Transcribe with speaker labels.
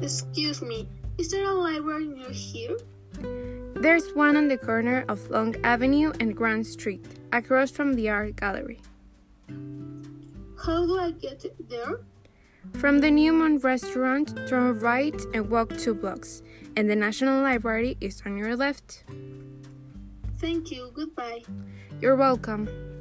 Speaker 1: Excuse me, is there a library near here?
Speaker 2: There's one on the corner of Long Avenue and Grand Street, across from the art gallery.
Speaker 1: How do I get there?
Speaker 2: From the Newman restaurant, turn right and walk two blocks, and the National Library is on your left.
Speaker 1: Thank you, goodbye.
Speaker 2: You're welcome.